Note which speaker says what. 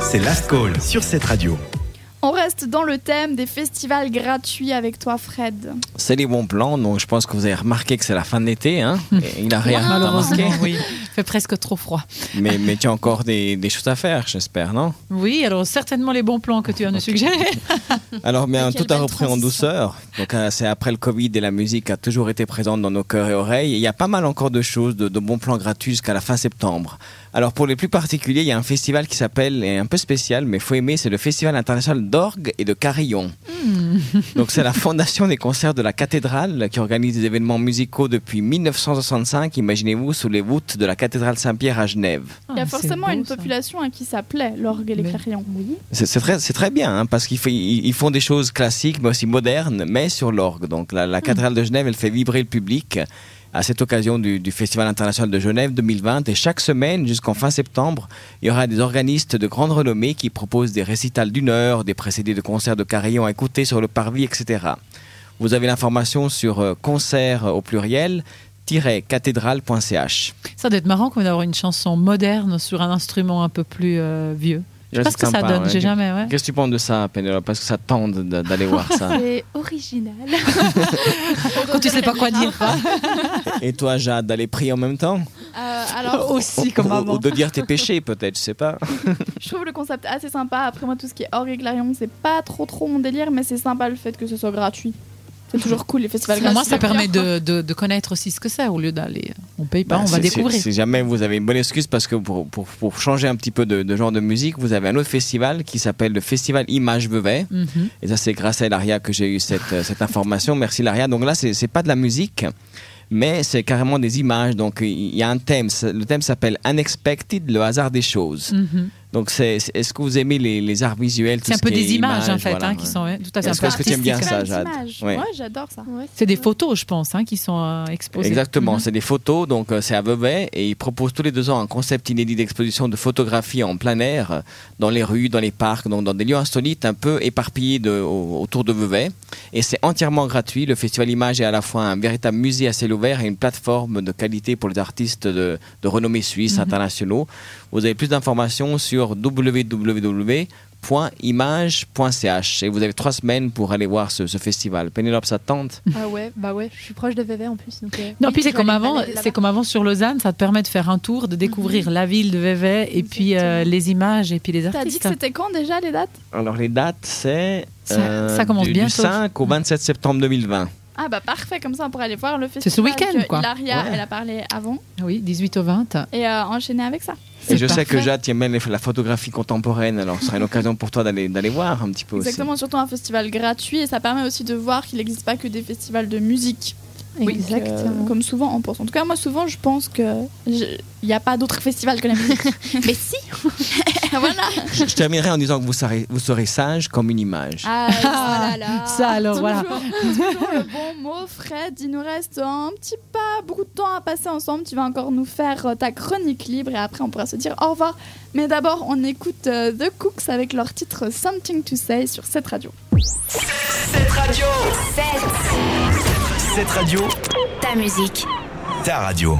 Speaker 1: c'est Last Call sur cette radio.
Speaker 2: On reste dans le thème des festivals gratuits avec toi, Fred.
Speaker 3: C'est les bons plans, donc je pense que vous avez remarqué que c'est la fin de l'été. Hein Et il a rien t'as remarqué
Speaker 4: Malheureusement, oui. Il fait presque trop froid.
Speaker 3: Mais, mais tu as encore des, des choses à faire, j'espère, non
Speaker 4: Oui, alors certainement les bons plans que tu as nous suggérés.
Speaker 3: Alors, mais hein,
Speaker 2: quelle
Speaker 3: tout a
Speaker 2: belle
Speaker 3: repris en
Speaker 2: transition.
Speaker 3: douceur. Donc, euh, c'est après le Covid et la musique a toujours été présente dans nos cœurs et oreilles. Et il y a pas mal encore de choses, de, de bons plans gratuits jusqu'à la fin septembre. Alors, pour les plus particuliers, il y a un festival qui s'appelle, et un peu spécial, mais faut aimer, c'est le Festival international d'orgue et de carillon.
Speaker 2: Hmm.
Speaker 3: Donc, c'est la fondation des concerts de la cathédrale qui organise des événements musicaux depuis 1965, imaginez-vous, sous les voûtes de la cathédrale Saint-Pierre à Genève.
Speaker 2: Il y a forcément une
Speaker 4: population.
Speaker 2: population à qui ça plaît, l'orgue et les
Speaker 4: Mais-
Speaker 2: carillons.
Speaker 3: C'est c'est très, c'est très bien, hein, parce qu'ils fait- ils- ils font des choses classiques, mais aussi modernes, mais sur l'orgue. Donc la, la cathédrale de Genève, elle fait vibrer le public à cette occasion du, du Festival international de Genève 2020. Et chaque semaine, jusqu'en fin septembre, il y aura des organistes de grande renommée qui proposent des récitals d'une heure, des précédés de concerts de carillon à écouter sur le parvis, etc. Vous avez l'information sur euh, concert euh, au pluriel cathédrale.ch.
Speaker 4: Ça doit être marrant qu'on d'avoir une chanson moderne sur un instrument un peu plus euh, vieux. Je sais pas ce que ça donne, j'ai jamais. Ouais.
Speaker 3: Qu'est-ce que tu penses de ça, Pénélope Parce que ça tente de- d'aller voir ça.
Speaker 2: C'est original.
Speaker 4: Quand tu sais pas quoi dire. pas.
Speaker 3: Et toi, Jade, d'aller prier en même temps
Speaker 2: Euh, alors,
Speaker 4: Aussi comme
Speaker 3: Ou- Ou
Speaker 4: avant.
Speaker 3: de dire tes péchés, peut-être, je sais pas.
Speaker 2: je trouve le concept assez sympa. Après moi, tout ce qui est orgue et clarion, c'est pas trop trop mon délire, mais c'est sympa le fait que ce soit gratuit. C'est toujours cool les festivals gratuits.
Speaker 4: Moi, ça permet de, de- de connaître aussi ce que c'est au lieu d'aller. euh, On paye pas,
Speaker 3: Bah,
Speaker 4: on va
Speaker 3: c'est-
Speaker 4: découvrir.
Speaker 3: c'est- Si jamais vous avez une bonne excuse, parce que pour, pour, pour changer un petit peu de, de genre de musique, vous avez un autre festival qui s'appelle le Festival Image Vevey.
Speaker 4: Mhm.
Speaker 3: Et ça, c'est grâce à Ilaria que j'ai eu cette, euh, cette information. Merci, Ilaria. Donc là, c'est c'est pas de la musique, mais c'est carrément des images. Donc il y a un thème. Ça- Le thème s'appelle Unexpected, le hasard des choses.
Speaker 4: Mhm.
Speaker 3: Donc, c'est- c'est- est-ce que vous aimez les, les arts visuels tout
Speaker 4: C'est un
Speaker 3: ce
Speaker 4: peu
Speaker 3: qui est
Speaker 4: des images, en fait
Speaker 3: voilà,
Speaker 4: hein, qui
Speaker 3: ouais.
Speaker 4: sont ouais, tout à fait un
Speaker 3: Est-ce
Speaker 4: peu
Speaker 3: que- est-ce que tu aimes bien
Speaker 4: artistiques,
Speaker 3: ça,
Speaker 4: hein.
Speaker 3: Jade
Speaker 2: Ouais,
Speaker 3: Ouais.
Speaker 2: j'adore ça.
Speaker 4: C'est des photos, je pense, hein, qui sont euh, exposées.
Speaker 3: Exactement,
Speaker 4: Mhm.
Speaker 3: c'est des photos, donc euh, c'est à Vevey et ils proposent tous les deux ans un concept inédit d'exposition de photographie en plein air, euh, dans les rues, dans les parcs, donc dans des lieux insolites un peu éparpillés de- au- autour de Vevey. Et c'est entièrement gratuit. Le Festival Image est à la fois un véritable musée à ciel ouvert et une plateforme de qualité pour les artistes de, de renommée suisse,
Speaker 4: Mhm.
Speaker 3: internationaux. Vous avez plus d'informations sur www.image.ch et vous avez trois semaines pour aller voir ce, ce festival. Pénélope, ça te tente
Speaker 5: Ah ouais, bah ouais, je suis proche de Vevey en plus. Donc, euh,
Speaker 4: Non,
Speaker 5: oui,
Speaker 4: puis c'est
Speaker 5: je vais
Speaker 4: comme
Speaker 5: aller
Speaker 4: avant,
Speaker 5: balader
Speaker 4: c'est
Speaker 5: là-bas.
Speaker 4: comme avant sur Lausanne, ça te permet de faire un tour, de découvrir la ville de Vevey et puis euh,
Speaker 2: Exactement.
Speaker 4: les images et puis les
Speaker 2: T'as dit
Speaker 4: artistes.
Speaker 2: que c'était quand déjà les dates
Speaker 3: Alors les dates, c'est euh,
Speaker 4: Ça- ça commence
Speaker 3: du,
Speaker 4: bientôt.
Speaker 3: du 5 au 27 septembre 2020.
Speaker 2: Ah bah parfait, comme ça on pourrait aller voir le festival.
Speaker 4: ce week-end,
Speaker 2: que
Speaker 4: quoi.
Speaker 2: Hilaria,
Speaker 3: Ouais.
Speaker 2: elle a parlé avant
Speaker 4: Oui, 18 au 20.
Speaker 2: et euh, enchaîner avec ça.
Speaker 3: Et
Speaker 4: C'est
Speaker 3: je sais que
Speaker 4: parfait.
Speaker 3: Jade, tu aimes bien les- la photographie contemporaine, alors ce sera une occasion pour toi d'aller d'aller voir un petit peu
Speaker 2: Exactement, surtout un festival gratuit et ça permet aussi de voir qu'il n'existe pas que des festivals de musique.
Speaker 4: Oui,
Speaker 5: Exactement.
Speaker 2: Euh, comme souvent on pense. En tout cas, moi souvent je pense que je- il n'y a pas d'autre festival que la musique. Mais si Voilà
Speaker 3: aussi. Je, je terminerai en disant que vous serez, vous serez sage comme une image.
Speaker 2: Ah,
Speaker 4: Ah, ça alors, voilà.
Speaker 2: Toujours, toujours le bon mot, Fred. Il nous reste un petit pas, beaucoup de temps à passer ensemble. Tu vas encore nous faire euh, ta chronique libre et après on pourra se dire au revoir. Mais d'abord, on écoute euh, The Cooks avec leur titre Something to Say sur cette radio.
Speaker 1: Cette radio,
Speaker 6: Ta musique.
Speaker 1: ta radio.